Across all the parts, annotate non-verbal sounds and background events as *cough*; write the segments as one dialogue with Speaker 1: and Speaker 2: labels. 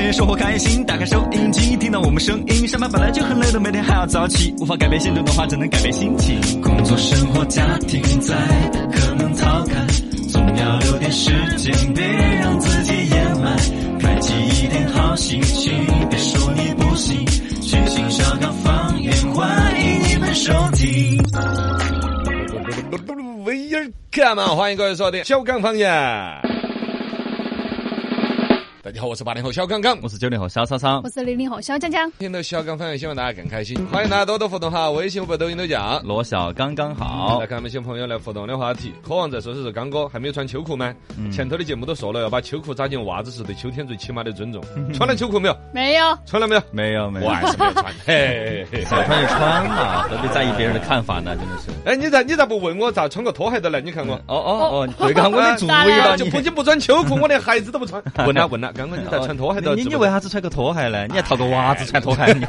Speaker 1: 天生活开心，打开收音机，听到我们声音。上班本来就很累的，每天还要早起，无法改变现状的话，只能改变心情。工作、生活、家庭在，可能逃开，总要留点时间，别让自己掩埋。开启一点好心情，别说你不行，全新小岗方言，欢迎你们收听。
Speaker 2: Come on，欢迎各位收听小刚方言。大家好，我是八零后小刚刚。
Speaker 1: 我是九零后小超超
Speaker 3: 我，是零零后小江江，
Speaker 2: 听到小刚方言，希望大家更开心。欢迎大家多多互动哈，微信、微博、抖音都讲。
Speaker 1: 罗小刚刚好
Speaker 2: 来。看我们些朋友来互动的话题。渴望在说的是刚哥还没有穿秋裤吗？前头的节目都说了，要把秋裤扎进袜子是对秋天最起码的尊重。穿了秋裤没有？
Speaker 3: 没有，
Speaker 2: 穿了没有？
Speaker 1: 没有没有
Speaker 2: 我，还是没有穿。嘿嘿嘿。
Speaker 1: 想穿就穿嘛，何必在意别人的看法呢？真的是。
Speaker 2: 哎，你咋你咋不问我咋穿个拖鞋的呢？你看我。
Speaker 1: 哦哦哦，对刚我没注意
Speaker 2: 啊
Speaker 1: 到
Speaker 2: 就
Speaker 1: 你。
Speaker 2: 不仅不穿秋裤，我连鞋子都不穿。问了问了，刚刚你咋穿拖鞋的？
Speaker 1: *laughs* 你
Speaker 2: 直
Speaker 1: 你
Speaker 2: 播间
Speaker 1: 为啥子穿个拖鞋呢？你还套个袜子穿拖鞋？你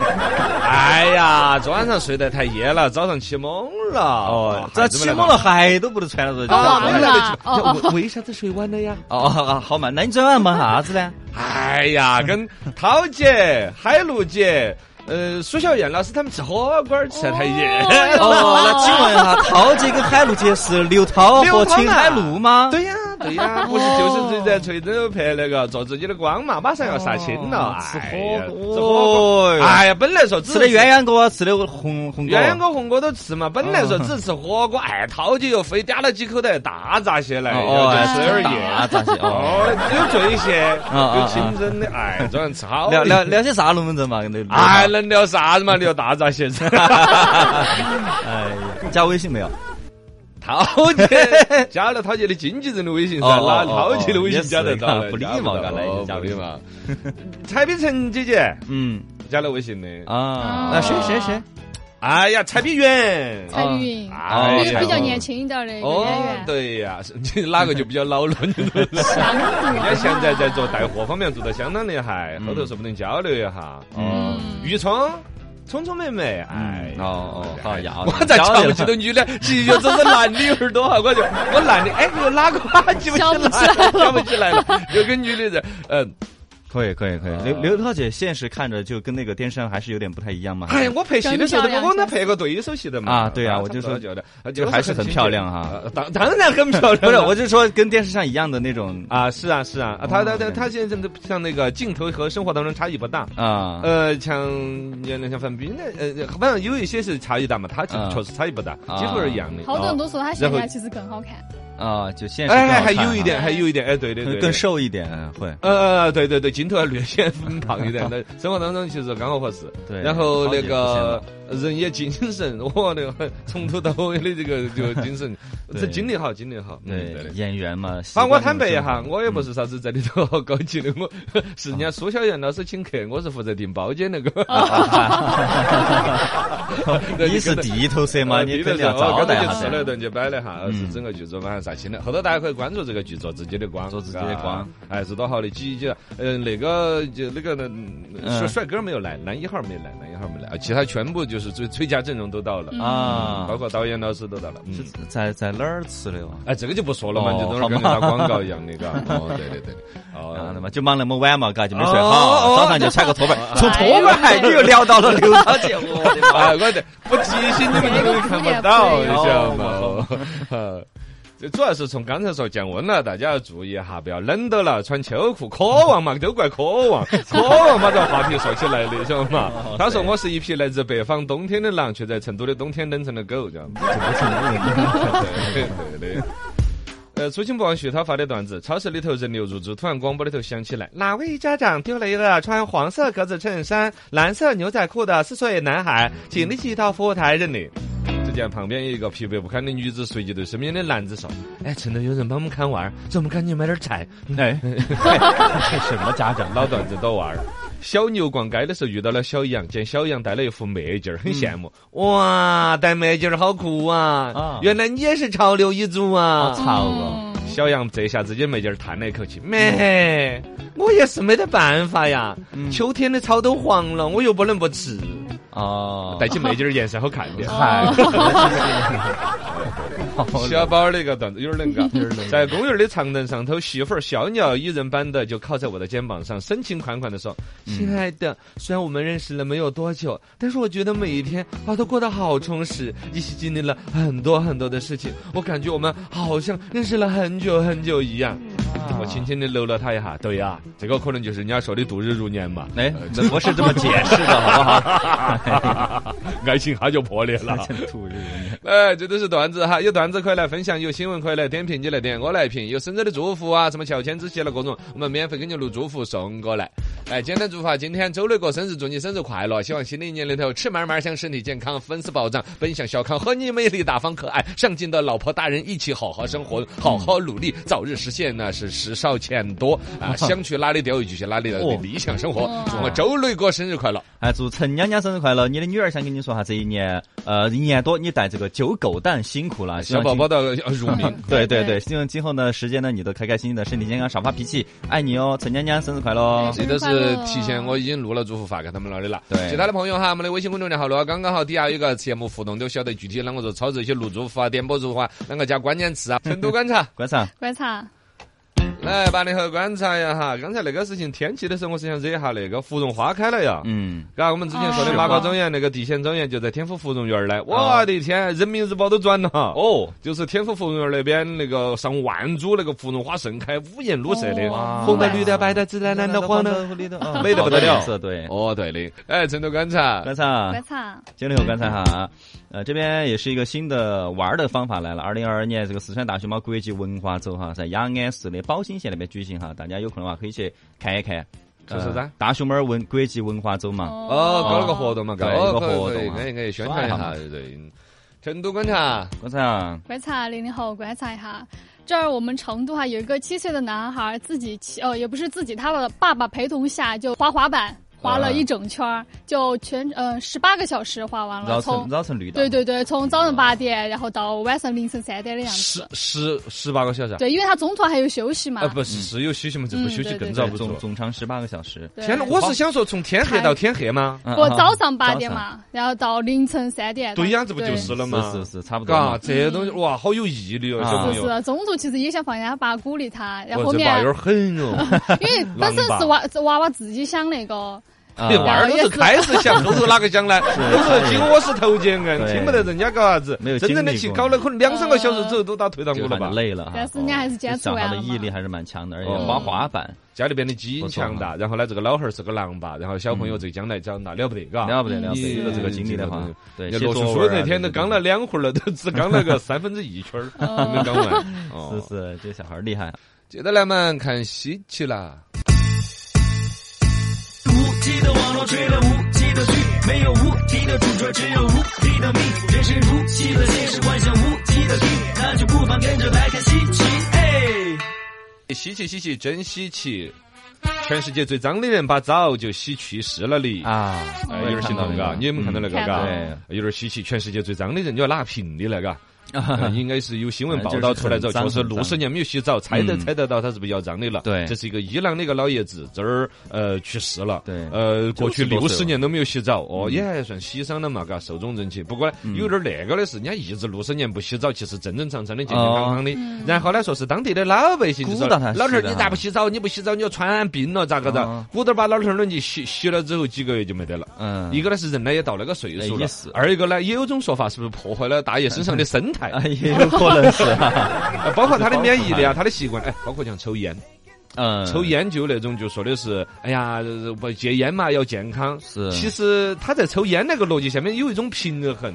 Speaker 2: 哎呀，昨晚上睡得太夜了，早上起懵了。
Speaker 1: 哦
Speaker 2: 哦，
Speaker 1: 这起码了鞋都不能穿了，这
Speaker 2: 啊，
Speaker 3: 啊
Speaker 2: 没
Speaker 3: 没
Speaker 2: 来
Speaker 3: 来
Speaker 2: 得
Speaker 3: 得
Speaker 2: 及
Speaker 3: 及。
Speaker 2: 哦
Speaker 3: 哦
Speaker 2: 哦
Speaker 3: 哦
Speaker 2: 为为啥子睡晚了呀？
Speaker 1: 哦哦，好嘛，那你昨晚忙啥子呢？
Speaker 2: 哎呀，跟涛姐、海璐姐、呃苏小燕老师他们吃火锅儿吃得太夜。
Speaker 1: 哦，那请问一下，涛姐跟海璐姐是刘涛
Speaker 2: 刘
Speaker 1: 和
Speaker 2: 涛
Speaker 1: 秦
Speaker 2: 嘛
Speaker 1: 海璐吗？
Speaker 2: 对呀，对呀，不是就是最在垂灯拍那个做自己的光嘛，马上要杀青了
Speaker 1: 哦，吃
Speaker 2: 哎呀
Speaker 1: 火
Speaker 2: 吃火
Speaker 1: 锅，
Speaker 2: 锅。
Speaker 1: 哎，
Speaker 2: 哎呀，本来说只
Speaker 1: 吃的鸳鸯锅，啊吃的红
Speaker 2: *laughs*
Speaker 1: 红
Speaker 2: 鸳鸯。锅、红锅都吃
Speaker 1: 哦
Speaker 2: 嘛，本来说只吃火锅，哎，涛姐又非嗲了几口的大闸蟹来，
Speaker 1: 哦，
Speaker 2: 要
Speaker 1: 哎
Speaker 2: 去吃点儿
Speaker 1: 吃大
Speaker 2: 盐。
Speaker 1: 闸蟹哦。
Speaker 2: 哦，有醉蟹，
Speaker 1: 啊
Speaker 2: 有清蒸的，哎，昨晚吃 *laughs* 好
Speaker 1: 聊聊。聊些啥龙门阵嘛？跟那
Speaker 2: 哎，能聊啥子嘛？聊大闸
Speaker 1: *laughs*
Speaker 2: 蟹子。
Speaker 1: 哎呀，加微信没有？
Speaker 2: 涛姐 *laughs* 加了涛姐的经纪人的微信噻，
Speaker 1: 哦哦
Speaker 2: 拿
Speaker 1: 哦
Speaker 2: 涛姐的微信加得
Speaker 1: 也
Speaker 2: 到
Speaker 1: 是
Speaker 2: 的，
Speaker 1: 不礼貌
Speaker 2: 加
Speaker 1: 嘎
Speaker 2: 不到
Speaker 1: 来
Speaker 2: 哦
Speaker 1: 加
Speaker 2: 不
Speaker 1: 微
Speaker 2: 礼
Speaker 1: 信
Speaker 2: 貌。蔡秉成姐姐
Speaker 1: 嗯
Speaker 2: 加了微信的，
Speaker 1: 啊，
Speaker 3: 那谁谁谁？
Speaker 2: 哎呀，蔡碧云，
Speaker 3: 蔡依云，
Speaker 2: 哎
Speaker 3: 就
Speaker 1: 哦
Speaker 3: 是比较年轻一点的一个
Speaker 2: 哦
Speaker 3: 演，员，
Speaker 2: 对呀，是 *laughs* 你哪个就比较老了？你说是
Speaker 3: 相
Speaker 2: 人家
Speaker 3: 对
Speaker 2: 现在在做带货方面做得相当厉害，后头说不定交流一下。
Speaker 1: 哦
Speaker 2: 于冲，聪聪妹妹，哎，
Speaker 1: 哦哦，好呀，
Speaker 2: 我咋瞧不起都女的？其实这是男的有点多啊哈，我就我男的，哎，有哪个啊记不起
Speaker 3: 想不
Speaker 2: 来了，想不起来了，有个女的在，嗯，
Speaker 1: 可以可以可以
Speaker 2: 啊，
Speaker 1: 刘刘涛姐现实看着就跟那个电视上还是有点不太一样嘛。
Speaker 2: 哎，我拍戏的时候，
Speaker 3: 真漂亮
Speaker 2: 我跟他拍过对手戏的嘛。
Speaker 1: 啊对啊我
Speaker 2: 差不多
Speaker 1: 就说
Speaker 2: 觉得
Speaker 1: 就还是很漂亮哈。
Speaker 2: 呃当当然很漂亮，
Speaker 1: 不是，我就说跟电视上一样的那种
Speaker 2: 啊，是啊是啊，啊他他他
Speaker 1: 哦
Speaker 2: 他现在都像那个镜头和生活当中差异不大。
Speaker 1: 啊，
Speaker 2: 呃，像原来像范冰冰，那呃，反正有一些是差异大嘛，他就
Speaker 1: 嗯
Speaker 2: 确实差异不大，
Speaker 1: 啊哦
Speaker 2: 几乎是一样的。
Speaker 3: 好多人都说她现
Speaker 2: 然后
Speaker 3: 在其实更好看，
Speaker 1: 啊，就现实更好
Speaker 2: 哎，
Speaker 1: 看
Speaker 2: 还有一点，还有一点，哎，对对
Speaker 1: 哈，
Speaker 2: 对，对
Speaker 1: 更更。瘦一点嗯会，
Speaker 2: 呃，对对对，镜头要略显胖一点，
Speaker 1: *laughs*
Speaker 2: 那生活当中其实刚好合适。
Speaker 1: 对
Speaker 2: 然后那
Speaker 1: 好
Speaker 2: 个人也精神，我那个从头到尾的这个就精神，
Speaker 1: *laughs* 对
Speaker 2: 这精力好，精力好。嗯
Speaker 1: 对
Speaker 2: 的
Speaker 1: 演员嘛，
Speaker 2: 反
Speaker 1: 习惯
Speaker 2: 正我
Speaker 1: 这种
Speaker 2: 坦白一下
Speaker 1: 生，活
Speaker 2: 我也不是啥子在里头好高级的，
Speaker 1: *laughs*
Speaker 2: 我是
Speaker 1: 啊
Speaker 2: 人家苏小燕老师请客，我是负责订包间那个。
Speaker 1: 哦
Speaker 2: *laughs*
Speaker 1: *laughs*
Speaker 2: 对
Speaker 1: 你是
Speaker 2: 跟着
Speaker 1: 第一头蛇嘛，
Speaker 2: 呃
Speaker 1: 你
Speaker 2: 低
Speaker 1: 肯
Speaker 2: 头
Speaker 1: 定要
Speaker 2: 是哦
Speaker 1: 招待
Speaker 2: 刚
Speaker 1: 一下
Speaker 2: 才去吃了一
Speaker 1: 噻。
Speaker 2: 顿，去摆了一
Speaker 1: 嗯
Speaker 2: 下，是整个剧组马上杀青了。后头大家可以关注这个剧，做自己的光，
Speaker 1: 哦做自己的光
Speaker 2: 啊，哎，是多好的挤一挤。嗯，那个就那个
Speaker 1: 嗯
Speaker 2: 帅帅哥没有来，男一号没来，男一号没来，啊其他全部就是最最佳阵容都到了，
Speaker 1: 啊
Speaker 2: 嗯包，括导演老师都到了。嗯
Speaker 1: 是在在哪儿吃的哇？
Speaker 2: 哎，这个就不说了嘛，
Speaker 1: 哦
Speaker 2: 就等会儿跟
Speaker 1: 好
Speaker 2: 打
Speaker 1: 嘛
Speaker 2: 广告一样的，嘎。哦，对对对，
Speaker 1: *laughs* 啊，那
Speaker 2: 哦。
Speaker 1: 么就忙那么晚嘛，嘎就没睡
Speaker 2: 哦
Speaker 1: 好，
Speaker 2: 哦
Speaker 1: 早上就穿个拖板，从拖板
Speaker 3: 哎
Speaker 1: 鞋
Speaker 3: 呀
Speaker 1: 你又聊到了刘涛姐，
Speaker 2: *laughs*
Speaker 1: 我的妈！
Speaker 2: 哎，我这不提醒你们，你们看不到，你知道吗？呃 *laughs* 这主要是从刚才说降温了，大家要注意哈，不要冷到了，穿秋裤。渴望嘛，都怪渴望，渴望把这话题说起来的，晓得嘛？他说我是一匹来自北方冬天的狼，却在成都的冬天冷成了狗，知道吗？对对对。呃，出行不按徐涛发的段子，超市里头人流如注，突然广播里头响起来，哪位家长丢了一个穿黄色格子衬衫、蓝色牛仔裤的四岁男孩，请立即到服务台认领。只见旁边一个疲惫不堪的女子随即对身边的男子说：“哎，趁着有人帮我们看娃儿，咱们赶紧买点菜。
Speaker 1: 哎，什么家长”？
Speaker 2: 老段子逗娃儿。小牛逛街的时候遇到了小羊，见小羊戴了一副墨镜儿，很羡慕。哇，戴墨镜儿好酷啊！
Speaker 1: 啊
Speaker 2: 原来你也是潮流一族啊！
Speaker 1: 操了！
Speaker 3: 嗯，
Speaker 2: 小杨这下自己没劲儿，叹了一口气：“妹，我也是没得办法呀，秋天的草都黄了，我又不能不吃。
Speaker 1: 哦，
Speaker 2: 戴起没劲儿，颜色好看点。
Speaker 1: 嗨，
Speaker 2: 小宝儿那个段子有点冷
Speaker 1: 有点冷
Speaker 2: 在公园的长凳上头，媳妇儿小鸟依人般的就靠在我的肩膀上，深情款款的说：“亲爱的，虽然我们认识了没有多久，但是我觉得每一天啊都过得好充实，一起经历了很多很多的事情，我感觉我们好像认识了很久很久一样。”
Speaker 1: 啊
Speaker 2: 我轻轻的搂了她一下，对呀、这个可能就是人家说的度日如年嘛，
Speaker 1: 哎，这不是这么解释的，好不
Speaker 2: *laughs*
Speaker 1: 好？
Speaker 2: 爱情它就破裂了。
Speaker 1: 土日
Speaker 2: 哎，这都是段子哈，有段子可以来分享，有新闻可以来点评，你来点，我来评。有生日的祝福啊，什么乔迁之喜了各种，我们免费给你录祝福送过来。哎，简单祝福啊，今天周磊哥生日，祝你生日快乐！希望新的一年里头吃嘛嘛香，身体健康，粉丝暴涨，奔向小康，和你魅力大方可爱上进的老婆大人一起好好生活，好好努力，早日实现呢是时少钱多啊，想去哪里钓鱼就去哪里的
Speaker 1: 嗯哦
Speaker 2: 理想生活。祝我周磊哥生日快乐！
Speaker 1: 哎，祝陈娘娘生日快乐！你的女儿想跟你说哈，这一年呃一年多，你带这个九狗蛋辛苦了，希
Speaker 2: 小
Speaker 1: 望
Speaker 2: 宝
Speaker 1: 今
Speaker 2: 宝的呃乳名。
Speaker 1: 对对
Speaker 3: 对
Speaker 1: 对，希望今后呢时间呢，你都开开心心的，身体健康，少发脾气，爱你哦，陈娘娘生日快乐哦！
Speaker 2: 这都是提前我已经录了祝福发给他们那里了。
Speaker 1: 对
Speaker 2: 其他的朋友哈，我们的微信公众号了，刚刚好底下有一个节目互动，都晓得具体啷个做操作一些录祝福啊、点播祝福啊，啷个加关键词啊。成都观察，
Speaker 1: 观赏，
Speaker 3: 观察，
Speaker 2: 来八零后观察一下哈。刚才那个事情，天气的时候，我是想惹一下那个芙蓉花开了呀。
Speaker 1: 嗯，
Speaker 2: 嘎，我们之前说的
Speaker 3: 哦
Speaker 2: 马高庄园那个地县庄园就在天府芙蓉园儿嘞，我的天，人民日报都转了哦，
Speaker 1: 啊哦，
Speaker 2: *laughs* 就是天府芙蓉园儿那边那个上万株那个芙蓉花盛开，五颜六色
Speaker 3: 哦
Speaker 2: 的，
Speaker 1: 哇
Speaker 2: 红的、绿的、白的、紫的、蓝的、黄的，
Speaker 1: 绿的，哦
Speaker 2: 美得不得
Speaker 1: 好多
Speaker 2: 了
Speaker 1: 颜色对，
Speaker 2: 哦，对的，哎，成都观察，
Speaker 1: 观赏
Speaker 3: 观，
Speaker 2: 啊
Speaker 3: 察，
Speaker 1: 九零后观察哈，呃，这边也是一个新的玩儿的方法来了。二零二二年这个四川大熊猫国际文化周哈，在雅安市的宝兴县那边举行哈，大家有空的话可以去看一看。
Speaker 2: 说啥子
Speaker 1: 呃大熊猫文国际文化周嘛，
Speaker 2: 哦，搞了个活动嘛，搞
Speaker 1: 对
Speaker 2: 哦
Speaker 1: 一个
Speaker 2: 可以
Speaker 1: 活动
Speaker 2: 可以
Speaker 1: 啊
Speaker 2: 可以可以宣传一
Speaker 1: 耍
Speaker 2: 下
Speaker 1: 一，
Speaker 2: 对。嗯成都观察，
Speaker 1: 观赏，
Speaker 3: 观察零零后观察一下，这儿我们成都哈有一个七岁的男孩自己骑哦，也不是自己，他的爸爸陪同下就滑滑
Speaker 2: 啊
Speaker 3: 板，滑了一整圈儿，就全呃十八个小时滑完了，
Speaker 1: 绕城
Speaker 3: 从
Speaker 1: 绕城绿道，
Speaker 3: 对对对，从早上八点，然后到晚上凌晨三点的样子。
Speaker 2: 十十十八个小时啊，
Speaker 3: *laughs* 对，因为他中途还有休息嘛
Speaker 2: 啊。不是是有休息嘛，这不
Speaker 3: 嗯
Speaker 2: 休息
Speaker 3: 对
Speaker 2: 更
Speaker 3: 对
Speaker 2: 遭
Speaker 1: 对，
Speaker 2: 不住
Speaker 1: 总。总长十八个小时。
Speaker 3: 对
Speaker 2: 天哪，我是想说从天黑到天黑吗？
Speaker 1: 嗯
Speaker 3: 我
Speaker 1: 啊
Speaker 3: 早上八点嘛，然后到凌晨三点。
Speaker 2: 对呀，这不 *laughs* 就是了
Speaker 1: 是
Speaker 2: 吗？
Speaker 1: 是是，差不多
Speaker 2: 嘎，
Speaker 1: 嘛。
Speaker 2: 这东西哇，好有毅力哦，
Speaker 1: 啊
Speaker 2: 小朋
Speaker 3: 就
Speaker 2: 友。
Speaker 3: 是中途其实也想放下，他爸鼓励他，然后后
Speaker 2: 哇这
Speaker 3: 面啊
Speaker 2: 爸有点狠哦，
Speaker 3: *laughs* 因为本身是娃是娃娃自己想那个，
Speaker 1: 啊
Speaker 2: 这哎娃儿都是开始想，都是哪个想呢？都是听我是头姐硬，
Speaker 1: 对
Speaker 2: 听不得人家搞啥子。
Speaker 1: 没有
Speaker 2: 真正的
Speaker 1: 经历
Speaker 2: 去
Speaker 1: 过
Speaker 2: 搞了，可能两三个小时之后都打退堂鼓
Speaker 1: 就
Speaker 2: 了吧
Speaker 1: 很？累了哈。哦
Speaker 3: 但是人啊家还是坚持
Speaker 1: 小
Speaker 3: 完
Speaker 1: 孩
Speaker 3: 了
Speaker 1: 的
Speaker 3: 嘛
Speaker 1: 毅力还是蛮强的，而且
Speaker 2: 哦
Speaker 1: 滑滑板
Speaker 2: 家里边的基因强
Speaker 1: 啊
Speaker 2: 大，然后呢，这个老汉儿是个狼吧，然后小朋友这个将来长大了不得，嘎，
Speaker 1: 了不得了不得，
Speaker 2: 啊你
Speaker 1: 有了这个经历的话，嗯对，
Speaker 2: 你
Speaker 1: 写
Speaker 2: 罗叔
Speaker 1: 作
Speaker 2: 叔
Speaker 1: 文啊
Speaker 2: 那天都刚了，两回了，都只刚了个三分之一圈儿，没刚
Speaker 1: 对
Speaker 2: 完。
Speaker 1: 对对
Speaker 2: 哦，
Speaker 1: 是是，这小孩儿厉害。
Speaker 2: 接着来嘛，看稀奇啦。
Speaker 4: 无极的网络追了无极的剧，没有无敌的主角，只有无敌的命。人生如戏的现实，幻想无极的剧，那就不妨跟着来看稀奇。哎。
Speaker 2: 稀奇稀奇，真稀奇！全世界最脏的人把早就洗去世了的。
Speaker 1: 啊，
Speaker 2: 哎，
Speaker 1: 我
Speaker 2: 有
Speaker 1: 也
Speaker 2: 点心
Speaker 1: 看到那
Speaker 2: 疼嘎，
Speaker 1: 个
Speaker 2: 你有没有看到那个
Speaker 3: 看
Speaker 2: 嘎哎
Speaker 3: 到？
Speaker 1: 了
Speaker 2: 有点稀奇，全世界最脏的人就要拉平的那
Speaker 1: *laughs*
Speaker 2: 个。呃应该是有新闻
Speaker 1: 哎
Speaker 2: 报
Speaker 1: 就是
Speaker 2: 道出来之
Speaker 1: 很
Speaker 2: 后，
Speaker 1: 脏
Speaker 2: 确实
Speaker 1: 很
Speaker 2: 六
Speaker 1: 脏
Speaker 2: 十年没有洗澡，猜都
Speaker 1: 嗯
Speaker 2: 猜得到他是不是要脏的了。
Speaker 1: 对
Speaker 2: 这是一个伊朗的一个老爷子，这儿呃去世了。
Speaker 1: 对
Speaker 2: 呃，过去
Speaker 1: 90多
Speaker 2: 六
Speaker 1: 岁
Speaker 2: 十年都没有洗澡，
Speaker 1: 嗯
Speaker 2: 哦，也还算喜上了嘛，嘎，寿终正寝。不过呢，有点那个的是，人家一直六十年不洗澡，其实正正常常的、健健康康的。然后呢，说是当地的老百姓就说，
Speaker 1: 哦鼓捣他洗
Speaker 2: 老头儿
Speaker 1: 的
Speaker 2: 你
Speaker 1: 哈
Speaker 2: 咋不洗澡？你不洗澡你就传病了，咋个
Speaker 1: 哦
Speaker 2: 的？鼓捣把老头儿弄去洗，洗了之后几个月就没得了。
Speaker 1: 嗯，
Speaker 2: 一个呢是人呢也到那个岁数
Speaker 1: 哎
Speaker 2: 了
Speaker 1: 也是，
Speaker 2: 二一个呢也有种说法是不是破坏了大爷身上的生态，
Speaker 1: *laughs* 哎也有可能是啊，
Speaker 2: 呃 *laughs* 包括他的免疫力啊，他的习惯，哎，包括像抽烟，
Speaker 1: 嗯，
Speaker 2: *laughs* 抽烟就有那种就说的是，哎呀，呃不戒烟嘛要健康。
Speaker 1: 是
Speaker 2: 其实他在抽烟那个逻辑下面有一种平衡。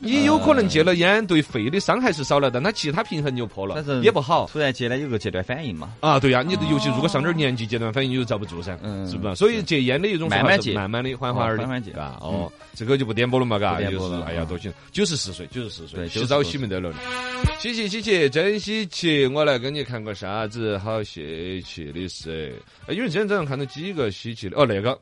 Speaker 2: 你有可能戒了烟，对肺的伤害是少了，但他其他平衡就破了
Speaker 1: 但，是
Speaker 2: 也不好。
Speaker 1: 哦突然间呢有个戒断反应嘛，
Speaker 2: 啊，对呀、你尤其如果上点儿年纪，戒断反应又遭不住噻，
Speaker 1: 嗯
Speaker 2: 是不是？所以戒烟的一种
Speaker 1: 慢
Speaker 2: 说法
Speaker 1: 慢
Speaker 2: 是
Speaker 1: 戒
Speaker 2: 慢慢的、缓缓的，
Speaker 1: 哦慢慢戒
Speaker 2: 嘎。哦，这个就不点播了嘛，嘎，
Speaker 1: 不
Speaker 2: 就
Speaker 1: 点播
Speaker 2: 是
Speaker 1: 了
Speaker 2: 哎呀，多行，九十四岁，九十四岁，
Speaker 1: 对
Speaker 2: 洗澡
Speaker 1: 94
Speaker 2: 洗没得了的。稀奇稀奇，真稀奇！我来给你看个啥子好稀奇的事？哎因为今天早上看到几个稀奇的，哦，那个。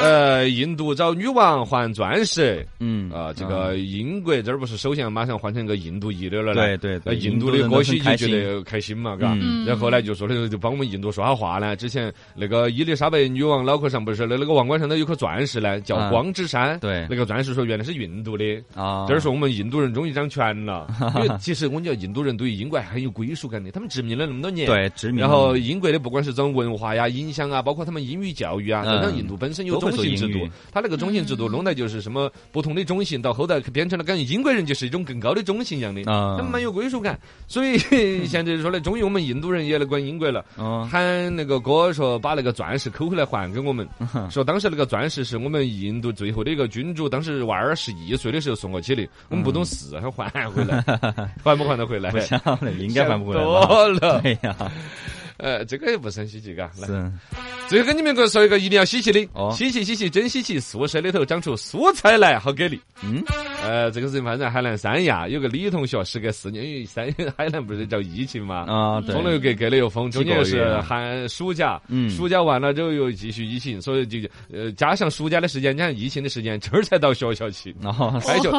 Speaker 2: 呃，印度找女王还钻石。
Speaker 1: 嗯
Speaker 2: 啊，这个英国这儿不是首相马上换成个印度裔的了嘞？
Speaker 1: 嗯对对对
Speaker 2: 那印
Speaker 1: 印
Speaker 2: 度
Speaker 1: 度
Speaker 2: 的
Speaker 1: 人
Speaker 2: 歌
Speaker 1: 都
Speaker 2: 星就
Speaker 1: 很
Speaker 2: 觉得开心嘛，嘎、
Speaker 1: 嗯
Speaker 2: 然后呢，就说的就帮我们印度说下话呢。之前那个伊丽莎白女王脑壳上不是那那个王冠上头有颗钻石呢，叫
Speaker 1: 啊
Speaker 2: 光之山。
Speaker 1: 对
Speaker 2: 那个钻石说原来是印度的。
Speaker 1: 啊，
Speaker 2: 这儿说我们印度人终于掌权了，因为其实我们叫印度人对于英国还很有归属感的，他们殖民了那么多年。。
Speaker 1: 对殖民，
Speaker 2: 然后英国的不管是这种文化呀、影响啊，包括他们英语教育啊，
Speaker 1: 嗯
Speaker 2: 加上印度本身有种姓制
Speaker 1: 都会说英
Speaker 2: 度
Speaker 1: 语，
Speaker 2: 它那个种姓制度弄来就是什么不同的种姓，到后来变成了感觉英国人就是一种更高的种姓一样的，
Speaker 1: 啊，
Speaker 2: 他们蛮有归属感。所以 *laughs* 现在说呢，终于我们印度人也来管英国了。
Speaker 1: 嗯
Speaker 2: 喊那个哥说把那个钻石抠回来还给我们，说当时那个钻石是我们印度最后的一个君主，当时娃儿十一岁的时候送过去的，我们不懂事还还回 *laughs* 来，还不还得回来？
Speaker 1: 不晓得，应该还不回来
Speaker 2: *laughs* 想
Speaker 1: 吧？
Speaker 2: 多 *laughs* 了，
Speaker 1: 对呀，
Speaker 2: 呃，这个也不是很稀奇，嘎。来， *laughs*
Speaker 1: 是
Speaker 2: 最后跟你们说一个一定要稀奇的，
Speaker 1: 哦
Speaker 2: 稀奇稀奇，真稀奇！宿舍里头长出蔬菜来，好给力。
Speaker 1: 嗯，
Speaker 2: 呃，这个事情发生在海南三亚，有个女同学，时隔四年，因为三 *laughs* 海南不是叫疫情嘛，
Speaker 1: 啊，对
Speaker 2: 中，了又隔，隔了又封，中间又
Speaker 1: 几个月
Speaker 2: 是
Speaker 1: 啊
Speaker 2: 寒暑假，
Speaker 1: 嗯
Speaker 2: 暑假完了之后又继续疫情，所以就呃加上暑假的时间，加上疫情的时间，这儿才到学校去。
Speaker 1: 然后
Speaker 2: 还
Speaker 1: *laughs*
Speaker 2: 就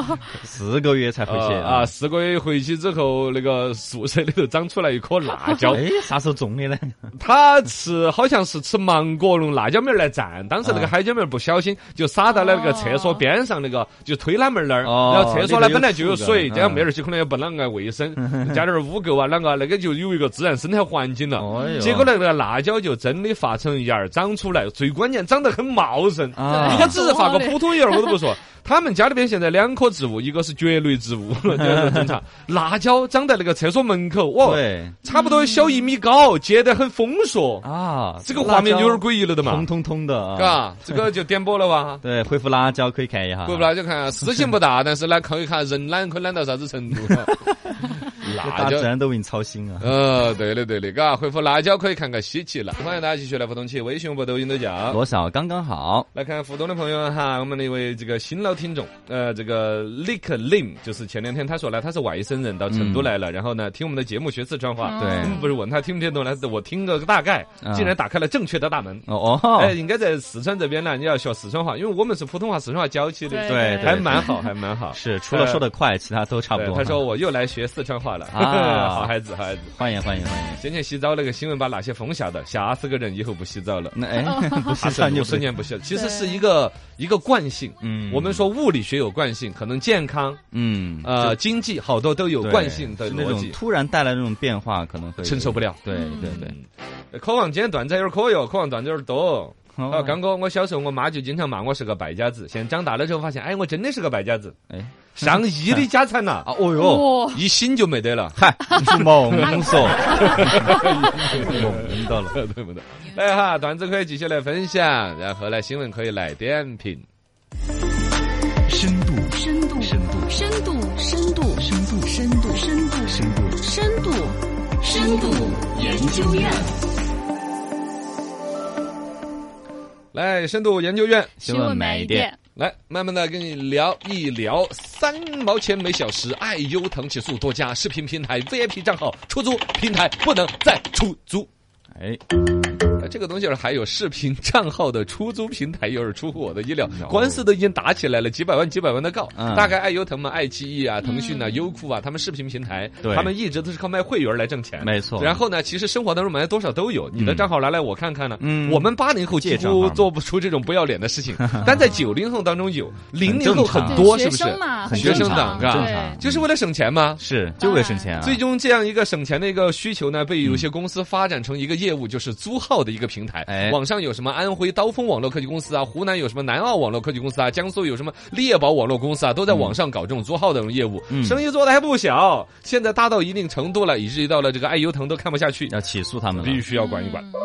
Speaker 1: 四个月才回去
Speaker 2: 呃啊，，四个月回去之后，那个宿舍里头长出来一
Speaker 1: *laughs*
Speaker 2: 颗辣椒，
Speaker 1: 哎，啥时候种的
Speaker 2: *laughs*
Speaker 1: 呢？
Speaker 2: 他吃好像是吃芒果用辣椒面儿来蘸，当时那个
Speaker 1: 啊
Speaker 2: 海椒面儿不小心就洒到了那个厕所边上那个就推拉门儿那儿，
Speaker 1: 哦
Speaker 2: 然后厕所
Speaker 1: 那
Speaker 2: 呢
Speaker 1: 个有
Speaker 2: 本来就有
Speaker 1: 醋的
Speaker 2: 水，
Speaker 1: 嗯
Speaker 2: 这样没人去可能也不啷个卫
Speaker 1: *laughs*
Speaker 2: 生，加点儿污垢啊啷个，那个就有一个自然生态环境了。
Speaker 1: 哎呦
Speaker 2: 结果那个辣椒就真的发成芽儿长出来，最关键长得很茂盛。
Speaker 1: 啊
Speaker 2: 你看，只是发个普通芽儿，我都
Speaker 1: *laughs*
Speaker 2: 不说。他们家里边现在两棵植物，一个是蕨类植物， *laughs* 这个
Speaker 1: *laughs*
Speaker 2: 正常。辣椒长在那个厕所门口，哇，
Speaker 1: 对
Speaker 2: 差不多小一米高，结得很丰硕。
Speaker 1: 啊，
Speaker 2: 这个画面就有点诡异了的
Speaker 1: 辣椒
Speaker 2: 嘛
Speaker 1: 通，通通的啊，
Speaker 2: 嘎，这个就点播了哇。
Speaker 1: 对，恢复辣椒可以看一下，
Speaker 2: 过不了就看啊，事情
Speaker 1: *laughs*
Speaker 2: 不大，但是呢，看一看人懒可以懒到啥子程度。辣
Speaker 1: 大
Speaker 2: 椒
Speaker 1: 自，然都为你操心啊。
Speaker 2: 呃，对的对的，嘎，回复辣椒可以看看稀奇了。欢迎大家继续来互动起，微信、微博、抖音都叫。
Speaker 1: 多少刚刚好，
Speaker 2: 来看互动的朋友哈，我们的一位这个新老听众，呃，这个 Lick Lim，就是前两天他说了，他是外省人，到成都来
Speaker 1: 嗯
Speaker 2: 了，然后呢，听我们的节目学四川话，
Speaker 1: 对
Speaker 2: 我们不是问他听不听得懂，他是我听个大概，
Speaker 1: 嗯啊
Speaker 2: 竟然打开了正确的大门。
Speaker 1: 哦
Speaker 2: 哎，
Speaker 1: 哦，
Speaker 2: 应该在四川这边呢，你要学四川话，因为我们是普通话、四川话教起的，
Speaker 1: 对
Speaker 2: 哎还蛮好，还蛮好。
Speaker 1: 是除了说的快，其他都 *laughs* 差不
Speaker 2: 对
Speaker 1: 多。
Speaker 2: 他说我又来学四川话了，
Speaker 1: 啊
Speaker 2: *laughs* 好孩子，好孩子。
Speaker 1: 欢迎欢迎欢迎，
Speaker 2: 先前洗澡那个新闻把哪些风吓的，吓死个人，以后不洗澡了。
Speaker 1: 那 *laughs* 哎，不
Speaker 2: 他
Speaker 1: 是
Speaker 2: 是
Speaker 1: 算
Speaker 2: 五
Speaker 1: 就
Speaker 2: 十
Speaker 1: 是
Speaker 2: 年不洗，其实是一个一个惯性。
Speaker 1: 嗯
Speaker 2: 我们说物理学有惯性，可能健康、
Speaker 1: 嗯
Speaker 2: 呃经济好多都有
Speaker 1: 对
Speaker 2: 惯性的
Speaker 1: 是那
Speaker 2: 逻
Speaker 1: 种
Speaker 2: 辑，
Speaker 1: 突然带来那种变化，可能会
Speaker 2: 承受不了。
Speaker 1: 对对对，
Speaker 2: 对，渴望今天段子有点可哟，渴望段子有点多。啊，
Speaker 1: 哦
Speaker 2: 刚哥，我小时候我妈就经常骂我是个败家子，现在长大了之后发现，哎，我真的是个败
Speaker 1: *laughs*
Speaker 2: 家子，
Speaker 1: 哎
Speaker 2: 上亿的家产呐、
Speaker 1: *laughs* 啊哦哟，，
Speaker 3: 哦，
Speaker 2: 一醒就没得了
Speaker 1: 嗨，你是猛说，猛到了，
Speaker 2: 对不对？来哈，段子可以继续来分享，然后呢，新闻可以来点评。
Speaker 4: 深度，
Speaker 5: 深度，
Speaker 4: 深度，
Speaker 5: 深度，深度，
Speaker 4: 深度，
Speaker 5: 深度，深度，
Speaker 4: 深度。
Speaker 5: 深度，深度研究院。
Speaker 2: 来，深度研究院，
Speaker 1: 新闻买一
Speaker 3: *laughs*
Speaker 1: 点，，
Speaker 2: 来慢慢的跟你聊一聊，三毛钱每小时，爱优腾起诉多家视频平台 VIP 账号出租平台不能再出租。
Speaker 1: 哎，
Speaker 2: 呃这个东西儿还有视频账号的出租平台，又是出乎我的意料，官司都已经打起来了，几百万几百万的告。
Speaker 1: 嗯
Speaker 2: 大概爱优腾嘛、爱奇艺
Speaker 3: 嗯
Speaker 2: 啊、腾讯啊、优酷啊，他们视频平台，
Speaker 1: 对
Speaker 2: 他们一直都是靠卖会员来挣钱。
Speaker 1: 哎没错
Speaker 2: 然后呢，其实生活当中买多少都有，你的账号拿来我看看呢。
Speaker 1: 嗯
Speaker 2: 我们八零后几
Speaker 1: 借账号
Speaker 2: 乎
Speaker 1: 嘛
Speaker 2: 做不出这种不要脸的事情，但在九零后当
Speaker 1: *laughs*
Speaker 2: 中有，零零
Speaker 1: 正
Speaker 2: 后
Speaker 1: 常
Speaker 2: 很多，是
Speaker 3: 学
Speaker 2: 不是？
Speaker 3: 生嘛，很
Speaker 2: 学
Speaker 3: 正
Speaker 2: 生
Speaker 3: 常
Speaker 2: 党，
Speaker 1: 正
Speaker 2: 嘎
Speaker 1: 常
Speaker 3: 对
Speaker 2: 就是为了省钱吗？
Speaker 1: 是就为省钱啊，
Speaker 2: 最终这样一个省钱的一个需求呢，被有些公司发展成一个业务，就是租号的一个平台。
Speaker 1: 哎
Speaker 2: 网上有什么安徽刀锋网络科技公司啊，湖南有什么南澳网络科技公司啊，江苏有什么猎宝网络公司啊，都在网上搞这种租号的这种业务，
Speaker 1: 嗯
Speaker 2: 生意做的还不小。现在大到一定程度了，以至于到了这个爱优腾都看不下去，
Speaker 1: 要起诉他们
Speaker 2: 必
Speaker 1: 了，
Speaker 2: 须要管一管。
Speaker 3: 嗯。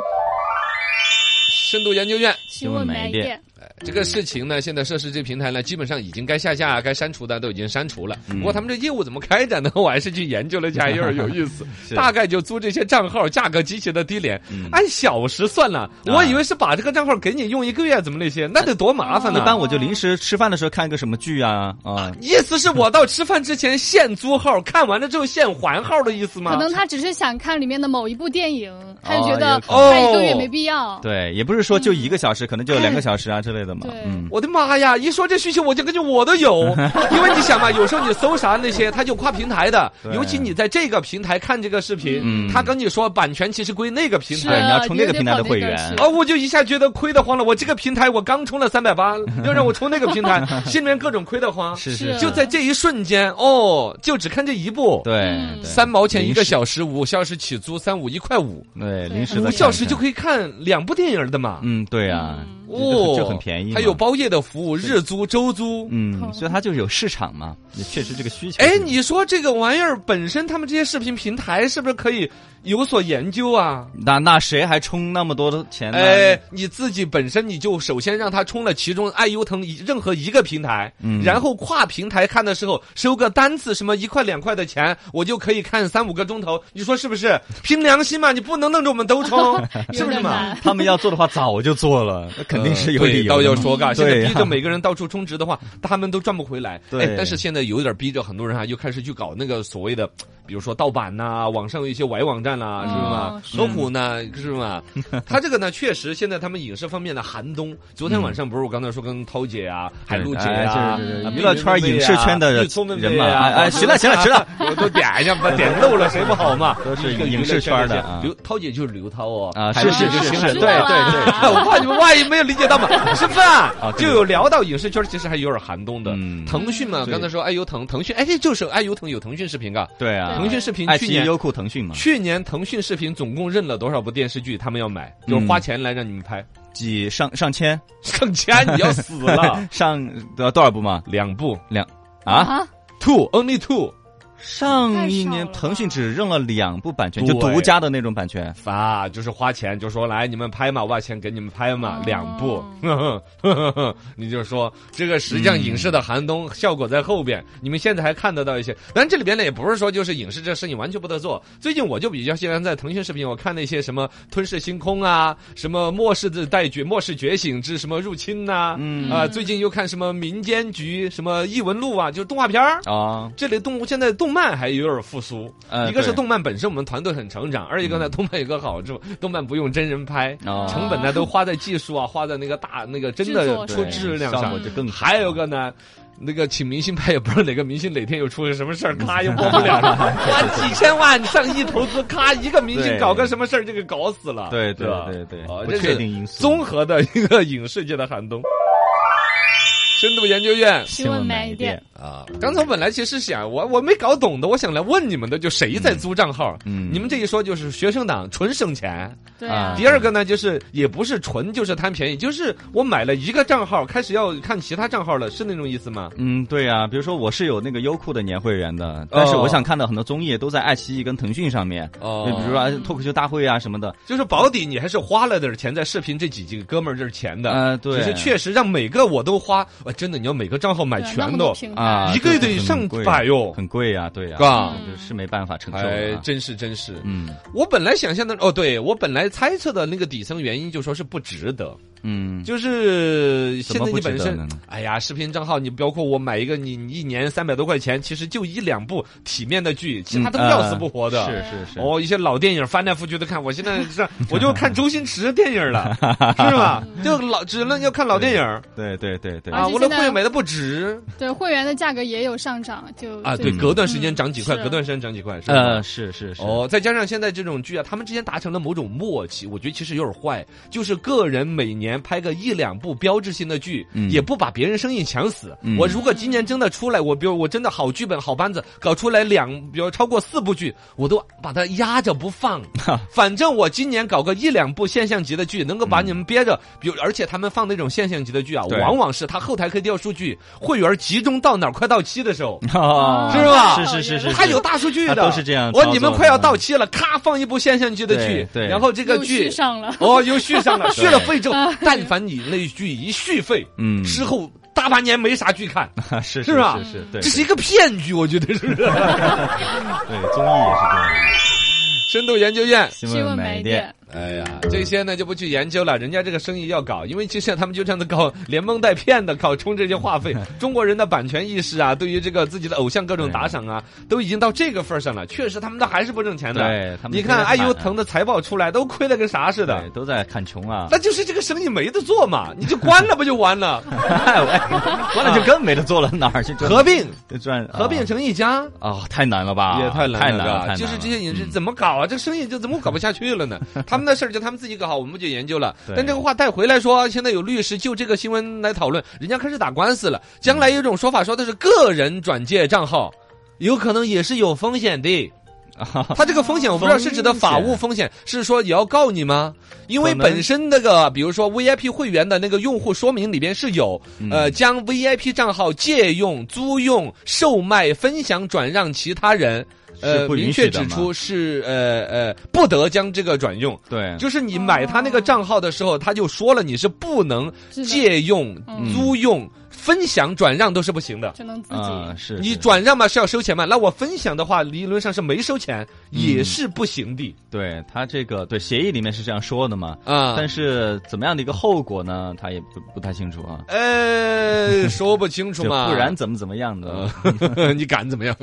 Speaker 2: 深度研究院
Speaker 3: 新闻买一点，
Speaker 2: 这个事情呢，现在涉事这平台呢，基本上已经该下架、该删除的都已经删除了。不过他们这业务怎么开展呢？我还是去研究了一下，有点有意思
Speaker 1: 是。
Speaker 2: 大概就租这些账号，价格极其的低廉，按小时算了。我以为是把这个账号给你用一个月，怎么那些，那得多麻烦
Speaker 1: 一
Speaker 2: 呢？
Speaker 1: 般我就临时吃饭的时候看个什么剧啊啊，
Speaker 2: 意思是我到吃饭之前现租号，看完了之后现还号的意思吗？
Speaker 3: 可能他只是想看里面的某一部电影，他就
Speaker 1: 哦
Speaker 3: 觉
Speaker 1: 有
Speaker 3: 得
Speaker 1: 可
Speaker 2: 能哦
Speaker 3: 看一个月没必要。
Speaker 1: 对，也不是说就一个小时时，可能就两个小时啊之类的嘛
Speaker 3: 对。
Speaker 1: 嗯，
Speaker 2: 我的妈呀！一说这需求，我就感觉我
Speaker 1: *laughs*
Speaker 2: 都有，因为你想嘛，有时候你搜啥那些，它就跨平台的，
Speaker 1: 对
Speaker 2: 尤其你在这个平台看这个视频，
Speaker 1: 嗯
Speaker 2: 他跟你说版权其实归那个平
Speaker 3: 是啊
Speaker 2: 台。
Speaker 1: 你要充这个平台的会员
Speaker 3: 有点
Speaker 2: 啊！
Speaker 3: 跑那个去
Speaker 2: 我就一下觉得亏得慌了。我这个平台我刚充了三百八，又让我充那个平
Speaker 1: *laughs*
Speaker 2: 台，心里面各种亏得慌。
Speaker 1: 是
Speaker 3: 是
Speaker 2: 就在这一瞬间，哦，就只看这一部，
Speaker 1: 对
Speaker 3: 嗯
Speaker 1: 对
Speaker 2: 三毛钱一
Speaker 1: 零
Speaker 2: 个
Speaker 1: 食
Speaker 2: 小时，五小时起租，三五一块五，
Speaker 1: 对临时
Speaker 3: 五
Speaker 1: 的
Speaker 2: 五
Speaker 1: 看
Speaker 2: 小时
Speaker 1: 一
Speaker 2: 就
Speaker 1: 看
Speaker 2: 可以看两部电影的嘛。
Speaker 1: 嗯，对啊，
Speaker 2: 哦，
Speaker 1: 就很便宜嘛
Speaker 2: 还有包夜的服务，日租、周租。
Speaker 1: 嗯，所以它就是有市场嘛，也确实这个需求。
Speaker 2: 哎，你说这个玩意儿本身，他们这些视频平台是不是可以有所研究啊？
Speaker 1: 那那谁还充那么多的钱呢？
Speaker 2: 哎，你自己本身你就首先让他充了其中爱优腾一任何一个平台，
Speaker 1: 嗯
Speaker 2: 然后跨平台看的时候收个单次什么一块两块的钱，我就可以看三五个钟头，你说是不是？凭良心嘛，你不能弄着我们都充，是不是嘛？
Speaker 3: 难
Speaker 1: 他们要做的话早就做
Speaker 2: *laughs*
Speaker 1: 了，那肯定是有
Speaker 2: 哎呃对
Speaker 1: 理由的嘛。
Speaker 2: 倒要说嘎，现
Speaker 1: 对
Speaker 2: 在
Speaker 1: 呀
Speaker 2: 逼着每个人到处充值的话，他们都赚不回来。
Speaker 1: 对
Speaker 2: 哎但是现在有点逼着很多人啊，又开始去搞那个所谓的，比如说盗版呐、网上有一些歪网站啦、是不是嘛
Speaker 3: 哦？是
Speaker 2: 搜狐呢，是不是嘛？他这个呢，确实现在他们影视方面的寒冬。昨天晚上不是我刚才说跟涛姐啊、海陆姐
Speaker 1: 嗯哎
Speaker 2: 啊
Speaker 1: 就是
Speaker 3: 嗯
Speaker 1: 娱乐圈、影视圈的
Speaker 2: 玉啊聪妹妹啊
Speaker 1: 人嘛，
Speaker 2: 王
Speaker 1: 哎
Speaker 2: *laughs*
Speaker 1: 哎，行了行了行了，
Speaker 2: 我都点一下吧，点漏了谁不好嘛？
Speaker 1: 都是
Speaker 2: 一个娱乐
Speaker 1: 影视圈的
Speaker 2: 这些
Speaker 1: 啊
Speaker 2: 刘涛姐就是刘涛哦，
Speaker 1: 啊
Speaker 2: 海
Speaker 1: 是
Speaker 2: 陆
Speaker 1: 是
Speaker 2: 姐就是邢
Speaker 1: 是
Speaker 2: 海
Speaker 1: 是
Speaker 2: 璐
Speaker 3: 知道
Speaker 2: 对对
Speaker 3: 啦
Speaker 2: 对，啊 *laughs* 我怕你们万一没有理解到
Speaker 1: *laughs*
Speaker 2: 嘛，吃饭就有聊到影视圈，其实还有点寒冬的
Speaker 1: 啊嗯。
Speaker 2: 腾讯嘛，
Speaker 1: 对
Speaker 2: 刚才说爱优腾，腾讯哎就是爱优腾有腾讯视频噶，
Speaker 1: 对啊，
Speaker 2: 腾讯视频
Speaker 1: 爱
Speaker 2: 去
Speaker 1: 奇艺、
Speaker 2: 年
Speaker 1: 优酷、腾讯嘛，
Speaker 2: 去年腾讯视频总共认了多少部电视剧？他们要买，
Speaker 1: 嗯
Speaker 2: 就是花钱来让你们拍， *laughs*
Speaker 1: 几上上千，。
Speaker 2: 上千你要死了
Speaker 1: *laughs* 上呃多少部嘛？
Speaker 2: 两部
Speaker 1: 啊，
Speaker 3: 啊，
Speaker 2: two only two，
Speaker 1: 上一
Speaker 3: 太少
Speaker 1: 年
Speaker 3: 了吧
Speaker 1: 腾讯只认了两部版权，
Speaker 2: 对
Speaker 1: 就独家的那种版权。
Speaker 2: 啊，就是花钱，就说来你们拍嘛，我把钱给你们拍嘛，
Speaker 3: 哦
Speaker 2: 两部，呵呵呵 *laughs* 你就说这个实际上影视的寒冬效果在后边，你们现在还看得到一些。但这里边呢，也不是说就是影视这事情完全不得做。最近我就比较喜欢在腾讯视频，我看那些什么《吞噬星空》啊，什么《末世的待决》《末世觉醒之什么入侵》呐，
Speaker 1: 嗯
Speaker 2: 啊，最近又看什么《民间局》什么《异闻录》啊，就是动画片儿。
Speaker 1: 啊，
Speaker 2: 这类动物现在动漫还有点复苏，
Speaker 1: 呃
Speaker 2: 一个是
Speaker 1: 对嗯
Speaker 2: 动漫本身我们团队很成长，二一个呢，动漫有个好处，动漫不用真人拍，
Speaker 1: 哦
Speaker 2: 成本呢都花在技术啊， *laughs* 花在那个大那个真
Speaker 3: 制
Speaker 2: 的
Speaker 3: 作
Speaker 2: 出
Speaker 3: 对
Speaker 2: 质量
Speaker 1: 效
Speaker 2: 上
Speaker 1: 果。就更好
Speaker 2: 还有个呢，那个请明星拍，也不知道哪个明星哪天又出了什么事
Speaker 1: *laughs*
Speaker 2: 儿，咔又播不了了，花几千万上亿投资，咔一个明星
Speaker 1: 对
Speaker 2: 搞个什么事儿，这个搞死了。
Speaker 1: 对对
Speaker 2: 啊吧
Speaker 1: 对对
Speaker 2: 啊
Speaker 1: 不
Speaker 2: 这
Speaker 1: 确
Speaker 2: 是
Speaker 1: 定因素
Speaker 2: 综合的一个影视界的寒冬。深度研究院
Speaker 3: 新闻买一点，
Speaker 2: 啊，刚才我本来其实想，我我没搞懂的，我想来问你们的，就谁在租账号？
Speaker 1: 嗯嗯
Speaker 2: 你们这一说就是学生党纯省钱。
Speaker 3: 对啊
Speaker 1: 啊，
Speaker 2: 第二个呢，就是也不是纯就是贪便宜，就是我买了一个账号，开始要看其他账号了，是那种意思吗？
Speaker 1: 嗯，对呀、比如说我是有那个优酷的年会员的，但是
Speaker 2: 哦
Speaker 1: 我想看到很多综艺都在爱奇艺跟腾讯上面，
Speaker 2: 哦
Speaker 1: 就比如说啊脱口秀大会啊什么的，
Speaker 2: 就是保底，你还是花了点钱在视频这几几个哥们儿这儿钱的。
Speaker 1: 呃对
Speaker 2: 只是确啊实让每个我都花，呃真的，你要每个账号买
Speaker 3: 对那
Speaker 2: 全
Speaker 3: 么
Speaker 2: 的
Speaker 3: 多，平
Speaker 1: 啊
Speaker 3: 台
Speaker 2: 一个月得上百哟
Speaker 1: 很贵呀、对呀、
Speaker 2: 啊
Speaker 1: 这是没办法承受
Speaker 2: 哎
Speaker 1: 的、啊，。
Speaker 2: 真是真是。
Speaker 1: 嗯
Speaker 2: 我本来想象的，哦，对我本来猜测的那个底层原因，就说是不值得。
Speaker 1: 嗯，
Speaker 2: 就是现
Speaker 1: 怎
Speaker 2: 在
Speaker 1: 么
Speaker 2: 你
Speaker 1: 不值
Speaker 2: 本
Speaker 1: 得
Speaker 2: 身
Speaker 1: 呢，
Speaker 2: 哎呀，视频账号你包括我买一个，你你一年三百多块钱，其实就一两部体面的剧，其他都
Speaker 1: 嗯
Speaker 2: 要死不活的。
Speaker 1: 是是是，
Speaker 2: 哦，一些老电影翻来覆去的看，我现
Speaker 1: *laughs*
Speaker 2: 在是我就看周星驰电影了，是吧？就老只能要看老电影儿
Speaker 1: 对对对对，
Speaker 2: 啊，
Speaker 3: 而且
Speaker 2: 我的
Speaker 3: 现在
Speaker 2: 会员买的不值
Speaker 3: 对会员的价格也有上涨，就
Speaker 2: 啊。
Speaker 3: 就
Speaker 2: 对，
Speaker 1: 嗯
Speaker 2: 隔段时间涨几块，
Speaker 3: 是
Speaker 2: 隔段时间涨几块，是吧？
Speaker 1: 呃，是是是，
Speaker 2: 哦，再加上现在这种剧啊，他们之间达成了某种默契，我觉得其实有点坏，就是个人每年拍个一两部标志性的剧，
Speaker 1: 嗯
Speaker 2: 也不把别人生意抢死。
Speaker 1: 嗯
Speaker 2: 我如果今年真的出来，我比如我真的好剧本、好班子，搞出来两，比如超过四部剧，我都把它压着不
Speaker 1: *laughs*
Speaker 2: 放。反正我今年搞个一两部现象级的剧，能够把你们憋着。比如，而且他们放那种现象级的剧啊，
Speaker 1: 嗯对
Speaker 2: 往往是他后台可以调数据，会员集中到哪儿快到期的时候，
Speaker 1: 哦
Speaker 2: 是吧
Speaker 1: 是是是是，
Speaker 2: 他
Speaker 1: 是
Speaker 2: 有大数据的，
Speaker 1: 他都是这样操
Speaker 2: 我
Speaker 1: 作的
Speaker 2: 你们快要到期了，咔放一部现象级的
Speaker 1: 对
Speaker 2: 剧，
Speaker 1: 对
Speaker 2: 然后这个
Speaker 3: 又
Speaker 2: 剧
Speaker 3: 续上了，
Speaker 2: *laughs* 哦又续上了，
Speaker 1: *laughs*
Speaker 2: 续
Speaker 1: 对
Speaker 2: 了费之后
Speaker 3: 啊，
Speaker 2: 但凡你那剧一续费，
Speaker 1: *laughs* 嗯
Speaker 2: 之后大半年没啥剧看，
Speaker 1: *laughs* 是
Speaker 2: 是吧
Speaker 1: 是是，对，
Speaker 2: 这是一个骗局，我觉得是
Speaker 1: *laughs*
Speaker 2: 不是？
Speaker 1: 对综艺也是这样的。
Speaker 2: 深度研究院
Speaker 1: 新
Speaker 3: 新闻
Speaker 1: 买
Speaker 3: 买
Speaker 1: 一
Speaker 3: 一点
Speaker 1: 点，，
Speaker 2: 哎呀，这些呢就不去研究了，人家这个生意要搞，因为就像他们就这样子搞连蒙带骗的，搞充这些话
Speaker 1: *laughs*
Speaker 2: 费。中国人的版权意识啊，对于这个自己的偶像各种打赏啊，都已经到这个份儿上了。确实，他们都还是不挣钱的。
Speaker 1: 对他们
Speaker 2: 你看爱
Speaker 1: 真的
Speaker 2: 优
Speaker 1: 惨啊
Speaker 2: 腾的财报出来，都亏得跟啥似的
Speaker 1: 对，。都在看穷
Speaker 2: *laughs*
Speaker 1: 啊， *laughs*
Speaker 2: 那就是这个生意没得做嘛，你就关了不就完了？ *laughs*
Speaker 1: 完了就更没得做了，哪儿去赚
Speaker 2: 合并
Speaker 1: 就赚
Speaker 2: 合并
Speaker 1: 啊
Speaker 2: 成一家。
Speaker 1: 哦，太难了吧？
Speaker 2: 也太难
Speaker 1: 太
Speaker 2: 了
Speaker 1: 难
Speaker 2: 吧，
Speaker 1: 了，嗯太
Speaker 2: 就是这
Speaker 1: 难
Speaker 2: 些
Speaker 1: 了
Speaker 2: 影视怎么搞啊？这生意就怎么搞不下去了呢？他们的事儿就他们自己搞好，我们不去研究了。
Speaker 1: 对
Speaker 2: 但这个话带回来说，现在有律师就这个新闻来讨论，人家开始打官司了。将来有一种说法说的是个人转介账号。有可能也是有风
Speaker 1: *laughs*
Speaker 2: 险的，他这个风险我不知道是指的法务风险，是说也要告你吗？因为
Speaker 1: 可能
Speaker 2: 本身那个，比如说 VIP 会员的那个用户说明里边是有，
Speaker 1: 嗯
Speaker 2: 呃，将 VIP 账号借用、租用、售卖、分享、转让其他人。呃，
Speaker 1: 是不
Speaker 2: 明
Speaker 1: 允
Speaker 2: 确
Speaker 1: 许的
Speaker 2: 指
Speaker 1: 吗
Speaker 2: 出是呃呃，不得将这个转用。
Speaker 1: 对，
Speaker 2: 就是你买他那个账号的时候，他就说了你是不能
Speaker 3: 是的
Speaker 2: 借用、
Speaker 3: 嗯
Speaker 2: 租用、分享、转让都是不行的。
Speaker 3: 只能自己。
Speaker 1: 啊是
Speaker 2: 你
Speaker 1: 是
Speaker 2: 转让嘛是要收钱嘛，那我分享的话，理论上是没收钱，
Speaker 1: 嗯
Speaker 2: 也是不行的
Speaker 1: 对他这个对协议里面是这样说的嘛，
Speaker 2: 啊。
Speaker 1: 但是怎么样的一个后果呢？他也不不太清楚啊，
Speaker 2: 呃，说不清楚
Speaker 1: 就
Speaker 2: 嘛，
Speaker 1: *laughs* 不然怎么怎么样的？
Speaker 2: 呃你敢怎么样？